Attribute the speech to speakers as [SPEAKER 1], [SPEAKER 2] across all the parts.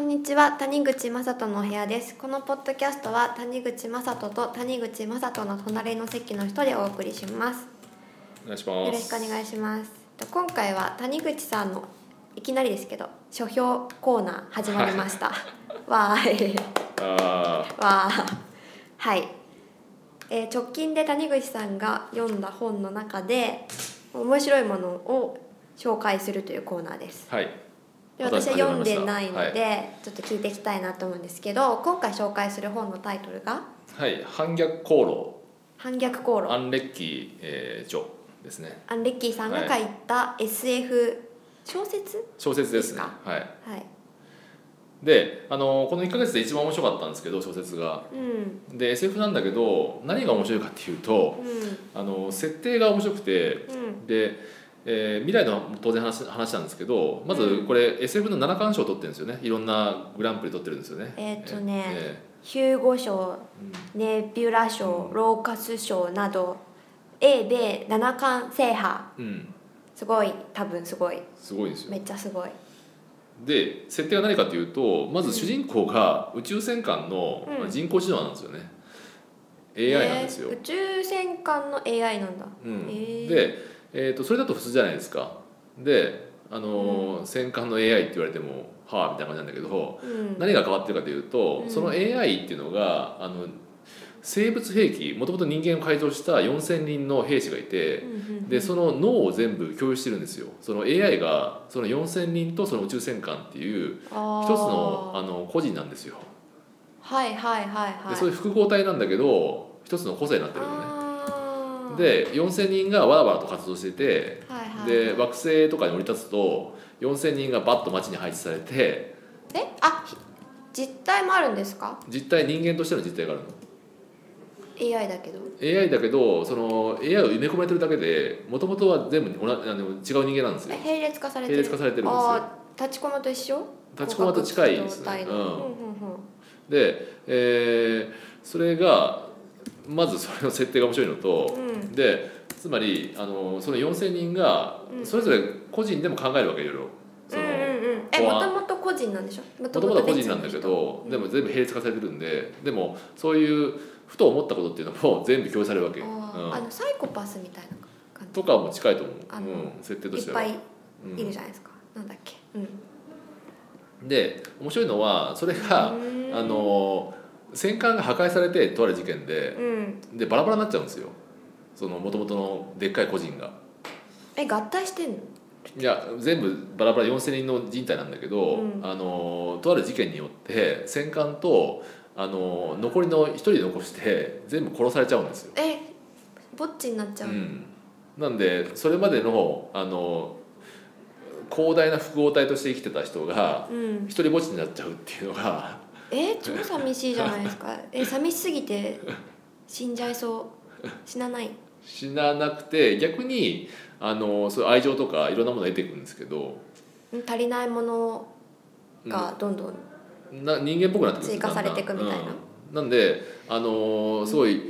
[SPEAKER 1] にちは谷口雅人のお部屋ですこのポッドキャストは谷口雅人と谷口雅人の隣の席の人でお送りします
[SPEAKER 2] お願いします
[SPEAKER 1] よろしくお願いしますと今回は谷口さんのいきなりですけど書評コーナー始まりました、わーい
[SPEAKER 2] あー
[SPEAKER 1] わーはい、えー直近で谷口さんが読んだ本の中で面白いものを紹介するというコーナーです
[SPEAKER 2] はい
[SPEAKER 1] で
[SPEAKER 2] 私
[SPEAKER 1] 私は読んでないの
[SPEAKER 2] は
[SPEAKER 1] で、
[SPEAKER 2] い
[SPEAKER 1] ちょっと聞いていきたいなと思うんですけど今回紹介する本のタイトルが
[SPEAKER 2] はい反逆航路
[SPEAKER 1] 「反逆航路
[SPEAKER 2] アンレッキー、えー、ジョですね」
[SPEAKER 1] アンレッキーさんが書いた SF 小説、
[SPEAKER 2] 小説ですね
[SPEAKER 1] ですは
[SPEAKER 2] はい
[SPEAKER 1] い
[SPEAKER 2] であのこの1か月で一番面白かったんですけど小説が
[SPEAKER 1] うん
[SPEAKER 2] で SF なんだけど何が面白いかっていうと
[SPEAKER 1] うん
[SPEAKER 2] あの設定が面白くて
[SPEAKER 1] うん
[SPEAKER 2] で、えー未来の当然話話なんですけどまずこれ SF の7冠賞を取ってるんですよねいろんなグランプリ取ってるんですよね
[SPEAKER 1] えーっとね
[SPEAKER 2] え
[SPEAKER 1] ヒューゴ賞ネビュラ賞ローカス賞など英米七冠制覇
[SPEAKER 2] ーうん
[SPEAKER 1] すごい多分すごい
[SPEAKER 2] すごいですよ
[SPEAKER 1] めっちゃすごい
[SPEAKER 2] で設定は何かというとまず主人公が宇宙戦艦の
[SPEAKER 1] うん
[SPEAKER 2] 人工知能なんですよね、AI なんですよ、
[SPEAKER 1] えー宇宙戦艦の AI なんだ
[SPEAKER 2] うん
[SPEAKER 1] へー
[SPEAKER 2] で、えー、とそれだと普通じゃないですかであのー、戦艦の AI って言われてもはあみたいな感じなんだけど、
[SPEAKER 1] うん
[SPEAKER 2] 何が変わってるかというと、
[SPEAKER 1] うん
[SPEAKER 2] その AI っていうのがあの生物兵器もともと人間を改造した4,000人の兵士がいて、
[SPEAKER 1] うんうん
[SPEAKER 2] でその脳を全部共有してるんですよその AI がその4,000人とその宇宙戦艦ってい
[SPEAKER 1] 一
[SPEAKER 2] う
[SPEAKER 1] つ
[SPEAKER 2] 一つのあの個人なんですよ、
[SPEAKER 1] はいはいはいはい
[SPEAKER 2] でそういう複合体なんだけど一つの個性になってるのね
[SPEAKER 1] あー
[SPEAKER 2] で4,000人がわらわらと活動してて
[SPEAKER 1] はいはい
[SPEAKER 2] で惑星とかに降り立つと4,000人がバッと街に配置されて
[SPEAKER 1] えあひ実態もあるんですか
[SPEAKER 2] 実体人間としての実体があるの
[SPEAKER 1] AI だけど
[SPEAKER 2] AI だけどその AI を埋め込まれてるだけでもともとは全部同じあの違う人間なんです
[SPEAKER 1] え
[SPEAKER 2] よ
[SPEAKER 1] 並列化されて
[SPEAKER 2] 並
[SPEAKER 1] る
[SPEAKER 2] 列化されてるんですよ
[SPEAKER 1] ああ立ちコマと一緒
[SPEAKER 2] 立ちこまと近いです
[SPEAKER 1] 互角状態
[SPEAKER 2] ね、
[SPEAKER 1] の
[SPEAKER 2] う
[SPEAKER 1] うんう
[SPEAKER 2] ん、
[SPEAKER 1] んうん
[SPEAKER 2] で、えーそれがまずそれの設定が面白いのと、
[SPEAKER 1] うん
[SPEAKER 2] でつまりあのその4,000人が
[SPEAKER 1] うん
[SPEAKER 2] それぞれ個人でも考えるわけいろいろ。その
[SPEAKER 1] うんうんうんえ
[SPEAKER 2] こう
[SPEAKER 1] もともと個人なんでしょも
[SPEAKER 2] もともとは個人なんだけどでも全部並列化されてるんででもそういうふと思ったことっていうのも 全部共有されるわけ、
[SPEAKER 1] あのサイコパスみたいな感
[SPEAKER 2] うん、とかも近いと思う、
[SPEAKER 1] あ
[SPEAKER 2] う
[SPEAKER 1] の
[SPEAKER 2] ん、設定と
[SPEAKER 1] じ
[SPEAKER 2] し
[SPEAKER 1] い
[SPEAKER 2] て
[SPEAKER 1] っ
[SPEAKER 2] は
[SPEAKER 1] ぱい
[SPEAKER 2] うん
[SPEAKER 1] いるじゃないですか、なんだっけうん
[SPEAKER 2] で面白いのはそれが、
[SPEAKER 1] うん
[SPEAKER 2] あの戦艦が破壊されてとある事件で
[SPEAKER 1] うん
[SPEAKER 2] でバラバラになっちゃうんですよそのもともとのでっかい個人が
[SPEAKER 1] え合体してんの
[SPEAKER 2] いや全部バラバラ4,000人の人体なんだけど、
[SPEAKER 1] うん
[SPEAKER 2] あのとある事件によって戦艦とあの残りの1人残して全部殺されちゃうんですよ、
[SPEAKER 1] えぼっちになっち
[SPEAKER 2] う
[SPEAKER 1] ゃう、
[SPEAKER 2] ん、なんでそれまでのあの広大な複合体として生きてた人が
[SPEAKER 1] うん、
[SPEAKER 2] 一人ぼっちになっちゃうっていうのが
[SPEAKER 1] え超寂しいじゃないですかえ寂しすぎて死んじゃいそう死なない
[SPEAKER 2] 死ななくて逆にあのそういう愛情とかいろんなものを得ていくんですけど
[SPEAKER 1] 足りないものがどんどん、
[SPEAKER 2] な人間っぽくなってくるんですよ
[SPEAKER 1] 追加されていくみたいな
[SPEAKER 2] だんだんうんなんであのーすごい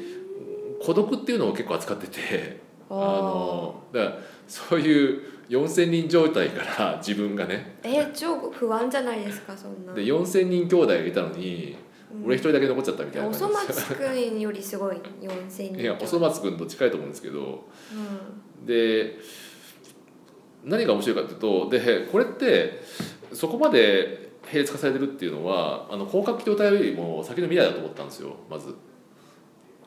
[SPEAKER 2] 孤独っていうのを結構扱っててあ
[SPEAKER 1] おー
[SPEAKER 2] のーだからそういう4,000人状態から自分がね
[SPEAKER 1] え超不安じゃないですかそんな
[SPEAKER 2] で4,000人兄弟がいたのに
[SPEAKER 1] うん
[SPEAKER 2] 俺一人だけ残っちゃったみたいな
[SPEAKER 1] お
[SPEAKER 2] 感じで
[SPEAKER 1] そ
[SPEAKER 2] す
[SPEAKER 1] 松くんよりすごい4000人
[SPEAKER 2] いやおそ松君と近いと思うんですけど
[SPEAKER 1] うん
[SPEAKER 2] で何が面白いかっていうとでこれってそこまで並列化されてるっていうのはあの広角機動隊よりも先の未来だと思ったんですよまず。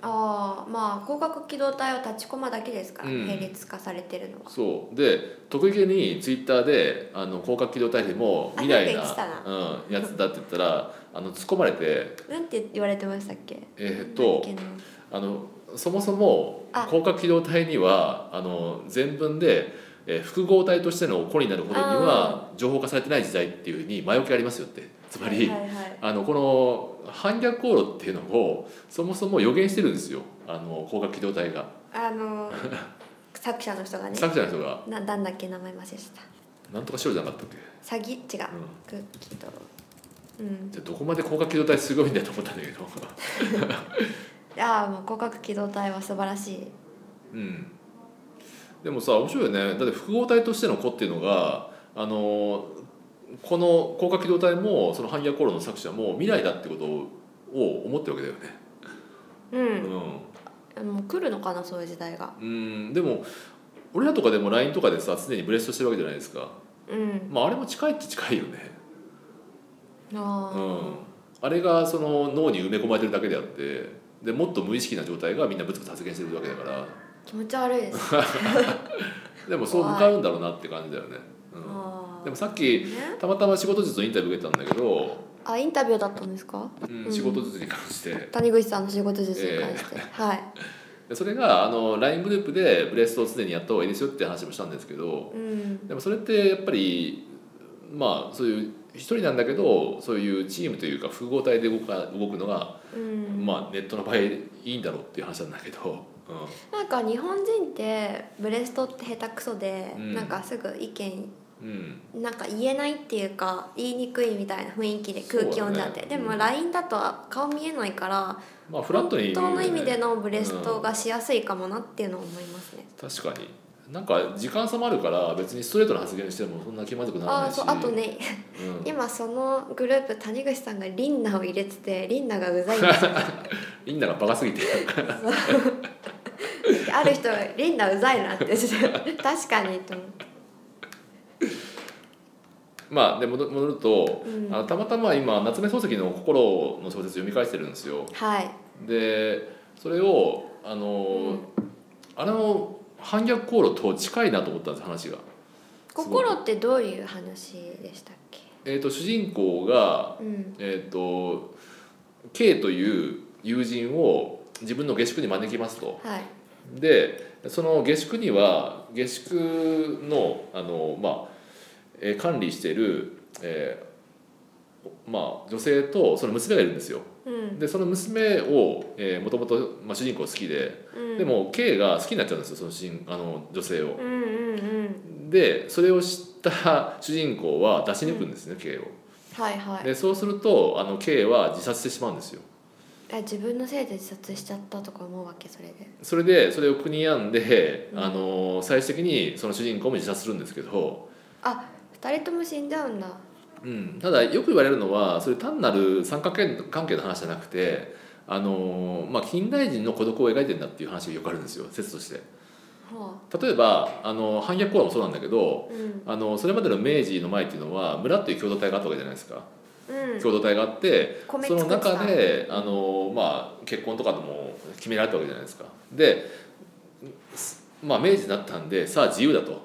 [SPEAKER 1] ああまあ広角機動隊は立ちコマだけですから、
[SPEAKER 2] うん
[SPEAKER 1] 並列化されてるのは
[SPEAKER 2] そうで特技にツイッターであの広角機動隊でも未来な
[SPEAKER 1] あなんか
[SPEAKER 2] うん、やつだって言ったらあの突っ込まれて
[SPEAKER 1] なんて言われてましたっけ
[SPEAKER 2] えーっ
[SPEAKER 1] なんだ
[SPEAKER 2] と
[SPEAKER 1] けな
[SPEAKER 2] あのそもそも
[SPEAKER 1] あ
[SPEAKER 2] 広角機動隊にはあの全文で、えー複合体としての子になるほどには情報化されてない時代っていうふうに前置きありますよってつまり、
[SPEAKER 1] はいはいはい
[SPEAKER 2] あのこの反逆航路っていうのをそもそも予言してるんですよあの広角機動隊が、
[SPEAKER 1] あ の作者の人がね
[SPEAKER 2] 作者の人が
[SPEAKER 1] ななんだっけ名前忘れした
[SPEAKER 2] なんとかしろじゃなかったっけ、
[SPEAKER 1] 詐欺違う
[SPEAKER 2] うん
[SPEAKER 1] クッキーとうん
[SPEAKER 2] じゃあどこまで広角機動隊すごいんだと思ったんだけど
[SPEAKER 1] ああもう広角機動隊は素晴らしい
[SPEAKER 2] うんでもさ面白いよねだって複合体としての子っていうのがあのこの広角機動隊もその半夜頃の作者も未来だってことを思ってるわけだよね。
[SPEAKER 1] うん
[SPEAKER 2] うん
[SPEAKER 1] あの来るのかなそういう時代が
[SPEAKER 2] うんでも俺らとかでも LINE とかでさ常にブレストしてるわけじゃないですか、
[SPEAKER 1] うん
[SPEAKER 2] まあ、あれも近いっちゃ近いよね、う
[SPEAKER 1] ああ、
[SPEAKER 2] ん、あれがその脳に埋め込まれてるだけであってでもっと無意識な状態がみんなぶつぶつ発言してるわけだから
[SPEAKER 1] 気持ち悪いです、
[SPEAKER 2] でもそう向かうんだろうなって感じだよね、う
[SPEAKER 1] あ
[SPEAKER 2] ん、
[SPEAKER 1] ー
[SPEAKER 2] でもさっき
[SPEAKER 1] ね
[SPEAKER 2] たまたま仕事術のインタビュー受けたんだけど、
[SPEAKER 1] あインタビューだったんですか
[SPEAKER 2] うん
[SPEAKER 1] うん
[SPEAKER 2] 仕事術に関して
[SPEAKER 1] 谷口さんの仕事術に関して、はい、
[SPEAKER 2] でそれがあの LINE グループでブレストを常にやった方がいいですよって話もしたんですけど
[SPEAKER 1] うん、
[SPEAKER 2] でもそれってやっぱりまあそういう一人なんだけどそういうチームというか複合体で動か動くのが、
[SPEAKER 1] うん、
[SPEAKER 2] まあ、ネットの場合いいんだろうっていう話なんだけど、
[SPEAKER 1] なんか日本人ってブレストって下手くそで、
[SPEAKER 2] うん
[SPEAKER 1] なんかすぐ意見
[SPEAKER 2] うんうん、
[SPEAKER 1] なんか言えないっていうか言いにくいみたいな雰囲気で空気読んじゃって、
[SPEAKER 2] そうだ
[SPEAKER 1] で
[SPEAKER 2] ね
[SPEAKER 1] も
[SPEAKER 2] うん
[SPEAKER 1] LINE だと顔見えないから、
[SPEAKER 2] まあフラットに、
[SPEAKER 1] 本当の意味でのブレストがしやすいかもなっていうのを思いますね、
[SPEAKER 2] 確かになんか時間差もあるから別にストレートな発言してもそんな気まずくなら
[SPEAKER 1] あ
[SPEAKER 2] な
[SPEAKER 1] あ
[SPEAKER 2] いし
[SPEAKER 1] そうあと、ね
[SPEAKER 2] うん
[SPEAKER 1] 今そのグループ谷口さんがリンナを入れててリンナがうざいんですよ
[SPEAKER 2] みんながバカすぎて
[SPEAKER 1] ある人が「リンナうざいな」って言 ってて確かにと思って
[SPEAKER 2] まあで戻戻ると、
[SPEAKER 1] うん
[SPEAKER 2] あのたまたま今夏目漱石の「心」の小説読み返してるんですよ
[SPEAKER 1] はい
[SPEAKER 2] でそれをあの、あの反逆航路と近いなと思ったんです話が、
[SPEAKER 1] 心ってどういう話でしたっけ
[SPEAKER 2] えー、と主人公が、
[SPEAKER 1] うん
[SPEAKER 2] えー、と K という友人を自分の下宿に招きますと
[SPEAKER 1] はい
[SPEAKER 2] でその下宿には下宿のあの、まあえー管理している、えーまあ、女性とその娘がいるんですよ
[SPEAKER 1] うん
[SPEAKER 2] でその娘をもともと主人公好きで
[SPEAKER 1] うん
[SPEAKER 2] でも K が好きになっちゃうんですよその主人あの女性を
[SPEAKER 1] うんうんうん
[SPEAKER 2] でそれを知った 主人公は出し抜くんですね K を
[SPEAKER 1] はいはい
[SPEAKER 2] でそうするとあの K は自殺してしまうんですよ
[SPEAKER 1] え自分のせいで自殺しちゃったとか思うわけそれで
[SPEAKER 2] それでそれを国病んで、
[SPEAKER 1] うん
[SPEAKER 2] あの最終的にその主人公も自殺するんですけど
[SPEAKER 1] あ二人とも死んじゃうんだ
[SPEAKER 2] うん、ただよく言われるのはそれ単なる三角関係の話じゃなくて、あのーまあ、近代人の孤独を描いてんだっていう話がよくあるんですよ説として
[SPEAKER 1] ほ
[SPEAKER 2] 例えば、あの反逆講話もそうなんだけど、
[SPEAKER 1] ううん
[SPEAKER 2] あのそれまでの明治の前っていうのは村っていう共同体があったわけじゃないですか、
[SPEAKER 1] うん
[SPEAKER 2] 共同体があって
[SPEAKER 1] 米
[SPEAKER 2] そ
[SPEAKER 1] 作っ
[SPEAKER 2] の
[SPEAKER 1] てた
[SPEAKER 2] 中で、あのーまあ、結婚とかでも決められたわけじゃないですかで、まあ、明治になったんでさあ自由だと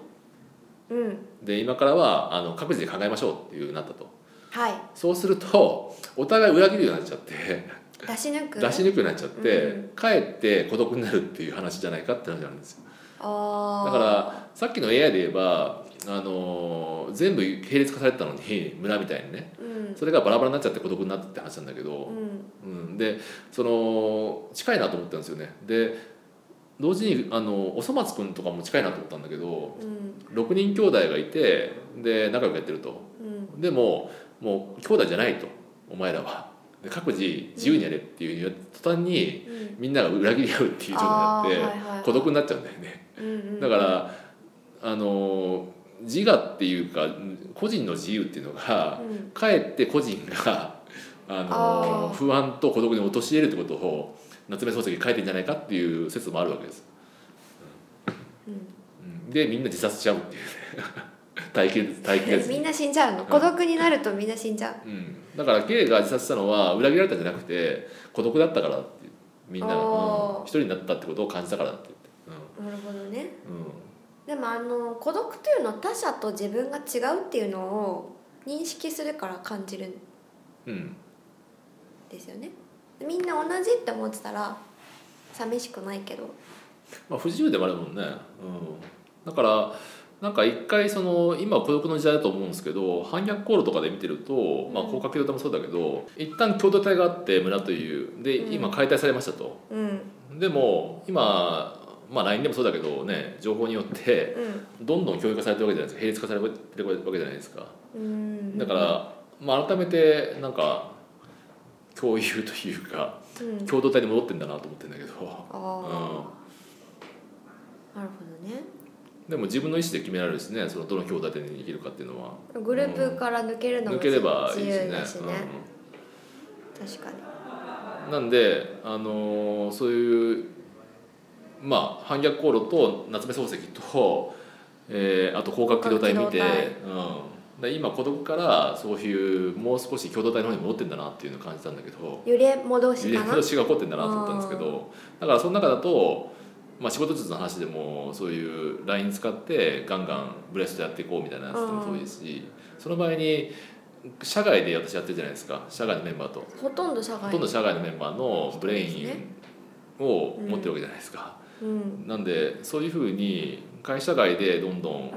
[SPEAKER 1] うん
[SPEAKER 2] で今からはあの各自で考えましょうっていうなったと。
[SPEAKER 1] は
[SPEAKER 2] そうするとお互い裏切るようになっちゃって
[SPEAKER 1] い出し抜く
[SPEAKER 2] 出し抜くようになっちゃって、
[SPEAKER 1] う
[SPEAKER 2] かえって孤独になるっていう話じゃないかって話なんですよ
[SPEAKER 1] あ
[SPEAKER 2] だ
[SPEAKER 1] あ
[SPEAKER 2] からさっきの AI で言えば、あのー全部並列化されてたのに村みたいにね
[SPEAKER 1] うん
[SPEAKER 2] それがバラバラになっちゃって孤独になったって話なんだけ
[SPEAKER 1] う
[SPEAKER 2] ど、
[SPEAKER 1] ん
[SPEAKER 2] うん、でその近いなと思ったんですよねで同時にあのおそ松くんとかも近いなと思ったんだけど
[SPEAKER 1] うん
[SPEAKER 2] 6人兄弟がいてで仲良くやってると
[SPEAKER 1] うん
[SPEAKER 2] でももう兄弟じゃないとお前らはで各自自由にやれっていうのを途端に
[SPEAKER 1] うん
[SPEAKER 2] みんなが裏切り合うっていう状
[SPEAKER 1] あ
[SPEAKER 2] 態に
[SPEAKER 1] ー
[SPEAKER 2] な
[SPEAKER 1] は
[SPEAKER 2] っ
[SPEAKER 1] いはいは
[SPEAKER 2] て
[SPEAKER 1] い
[SPEAKER 2] 孤独になっちゃうんだよね
[SPEAKER 1] うんうん
[SPEAKER 2] だからあのー自我っていうか個人の自由っていうのが
[SPEAKER 1] うん
[SPEAKER 2] かえって個人があの
[SPEAKER 1] あー
[SPEAKER 2] ー不安と孤独に陥れるってことを夏目漱石に書いてんじゃないかっていう説もあるわけです
[SPEAKER 1] うん
[SPEAKER 2] うんでみんな自殺しちゃうっていうね 体験体験
[SPEAKER 1] えみんな死んじゃうの孤独になるとみんな死んじゃう
[SPEAKER 2] うん、だから K が自殺したのは裏切られたんじゃなくて孤独だったからだっていうみんなが、
[SPEAKER 1] おー
[SPEAKER 2] うん一人になったってことを感じたからだって言って、
[SPEAKER 1] なるほどね
[SPEAKER 2] うんうん
[SPEAKER 1] でもあの孤独というのは他者と自分が違うっていうのを認識するから感じるん
[SPEAKER 2] うん、
[SPEAKER 1] ですよねみんな同じって思ってたら寂しくないけど
[SPEAKER 2] まあ、不自由でもあるもんね、うん、だからなんか一回その今孤独の時代だと思うんですけど反逆航路とかで見てると、まあ、
[SPEAKER 1] うん
[SPEAKER 2] 広角機動隊もそうだけど一旦共同体があって村というで
[SPEAKER 1] うん
[SPEAKER 2] 今解体されましたと、
[SPEAKER 1] うん
[SPEAKER 2] でも今、まあ、LINE でもそうだけどね情報によって
[SPEAKER 1] うん
[SPEAKER 2] どんどん共有化されてるわけじゃないですか並列化されてるわけじゃないですか
[SPEAKER 1] うん
[SPEAKER 2] だから、まあ、改めてなんか共有というか
[SPEAKER 1] うん
[SPEAKER 2] 共同体に戻ってんだなと思ってんだけど
[SPEAKER 1] ああ、なるほどね
[SPEAKER 2] でも自分の意思で決められるしねそのどの表立てに生きるかっていうのは
[SPEAKER 1] グループから抜けるのも自
[SPEAKER 2] 抜け
[SPEAKER 1] 由
[SPEAKER 2] れば
[SPEAKER 1] だし
[SPEAKER 2] いい
[SPEAKER 1] ね
[SPEAKER 2] しね
[SPEAKER 1] 確かに
[SPEAKER 2] うん、なんで、あのーそういうまあ反逆航路と夏目漱石と、えーあと広角機動隊見て、
[SPEAKER 1] 広角
[SPEAKER 2] うん、で今孤独からそういうもう少し共同体の方に戻ってんだなっていうのを感じたんだけど
[SPEAKER 1] 揺れ戻し
[SPEAKER 2] いろ
[SPEAKER 1] か
[SPEAKER 2] ん
[SPEAKER 1] な
[SPEAKER 2] な年が起こってんだなと思ったんですけどだからその中だと、まあ、仕事術の話でもそういう LINE 使ってガンガンブレストやっていこうみたいなやつでもそうですしその場合に社外で私やってるじゃないですか社外のメンバーと
[SPEAKER 1] ほとんど社
[SPEAKER 2] ほ
[SPEAKER 1] 外
[SPEAKER 2] とんど社外のメンバーのブレインを持ってるわけじゃないですか。
[SPEAKER 1] うん
[SPEAKER 2] なんでそういうふうに会社外でどんどん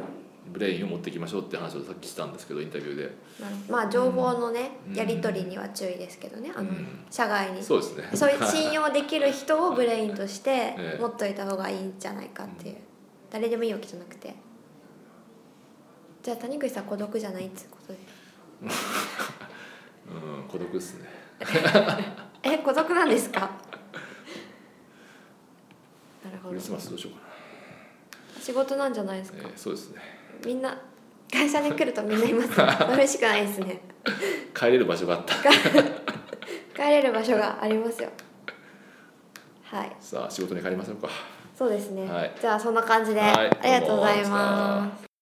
[SPEAKER 2] ブレインを持っていきましょうって話をさっきしたんですけどインタビューで、
[SPEAKER 1] なるまあ情報のね、
[SPEAKER 2] うん
[SPEAKER 1] やり取りには注意ですけどねあの、
[SPEAKER 2] うん
[SPEAKER 1] 社外に
[SPEAKER 2] そうですね
[SPEAKER 1] そういう信用できる人をブレインとして
[SPEAKER 2] ええ
[SPEAKER 1] 持っといた方がいいんじゃないかっていう、誰でもいいわけじゃなくてじゃあ谷口さん孤独じゃないっつうことで
[SPEAKER 2] うん孤独ですね
[SPEAKER 1] え孤独なん ですかなるほど
[SPEAKER 2] クリスマスどうしようか
[SPEAKER 1] 仕事なんじゃないです
[SPEAKER 2] な、
[SPEAKER 1] か、
[SPEAKER 2] えーそうですね
[SPEAKER 1] みんな会社に来るとみんないます 嬉しくないですね
[SPEAKER 2] 帰れる場所があった
[SPEAKER 1] 帰れる場所がありますよはい
[SPEAKER 2] さあ仕事に帰りましょうか
[SPEAKER 1] そうですね、
[SPEAKER 2] はい
[SPEAKER 1] じゃあそんな感じで、
[SPEAKER 2] はい
[SPEAKER 1] ありがとうございます